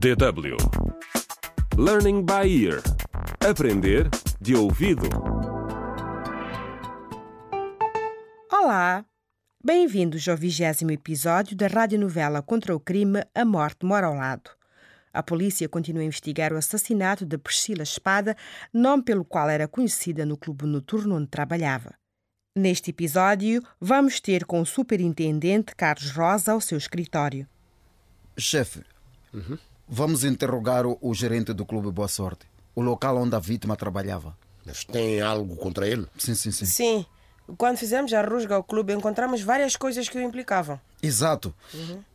DW Learning by Ear Aprender de ouvido Olá! Bem-vindos ao vigésimo episódio da radionovela contra o crime A Morte Mora ao Lado. A polícia continua a investigar o assassinato de Priscila Espada, nome pelo qual era conhecida no clube noturno onde trabalhava. Neste episódio, vamos ter com o superintendente Carlos Rosa ao seu escritório. Chefe, vamos interrogar o, o gerente do Clube Boa Sorte, o local onde a vítima trabalhava. Mas tem algo contra ele? Sim, sim, sim. Sim. Quando fizemos a rusga ao clube, encontramos várias coisas que o implicavam. Exato.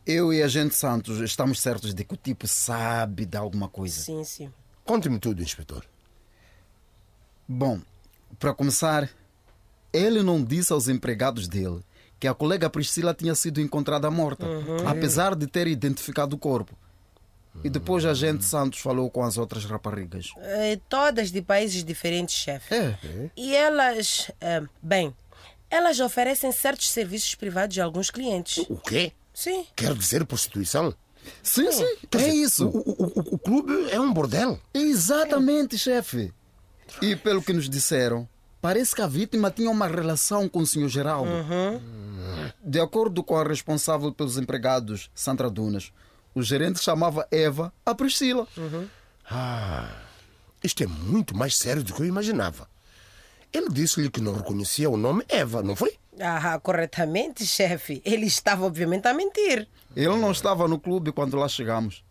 Eu e a gente Santos estamos certos de que o tipo sabe de alguma coisa. Sim, sim. Conte-me tudo, inspetor. Bom, para começar, ele não disse aos empregados dele que a colega Priscila tinha sido encontrada morta, Uhum. apesar de ter identificado o corpo. E depois a gente Santos falou com as outras raparigas. Eh, todas de países diferentes, chefe. É, E elas. eh, bem, elas oferecem certos serviços privados a alguns clientes. O quê? Sim. Quer dizer prostituição? sim, sim, Quer é dizer, isso. O, o- o- o clube é um bordel. Exatamente, chefe. E pelo que nos disseram, parece que a vítima tinha uma relação com o senhor Geraldo. De acordo com a responsável pelos empregados, Sandra Dunas, o gerente chamava Eva a Priscila. Isto é muito mais sério do que eu imaginava. Ele disse-lhe que não reconhecia o nome Eva, não foi? Ah, corretamente, chefe. Ele estava, obviamente, a mentir. Ele não estava no clube quando lá chegamos.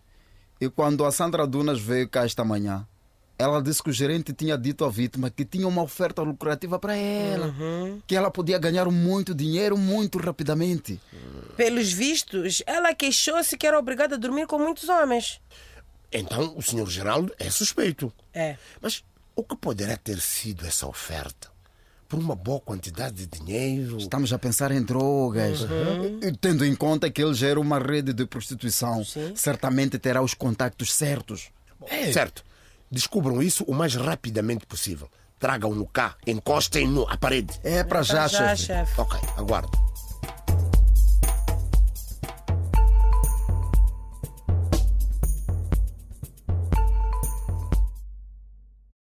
E quando a Sandra Dunas veio cá esta manhã, ela disse que o gerente tinha dito à vítima que tinha uma oferta lucrativa para ela, que ela podia ganhar muito dinheiro muito rapidamente. Pelos vistos, ela queixou-se que era obrigada a dormir com muitos homens. Então o senhor Geraldo é suspeito. É. Mas o que poderá ter sido essa oferta? Por uma boa quantidade de dinheiro? Uhum. Estamos a pensar em drogas. E- e Tendo em conta que ele gera uma rede de prostituição, certamente terá os contactos certos. Certo. Descubram isso o mais rapidamente possível. Tragam-no cá, encostem-no à parede. É para já, Já, chefe. chefe. Ok, aguardo.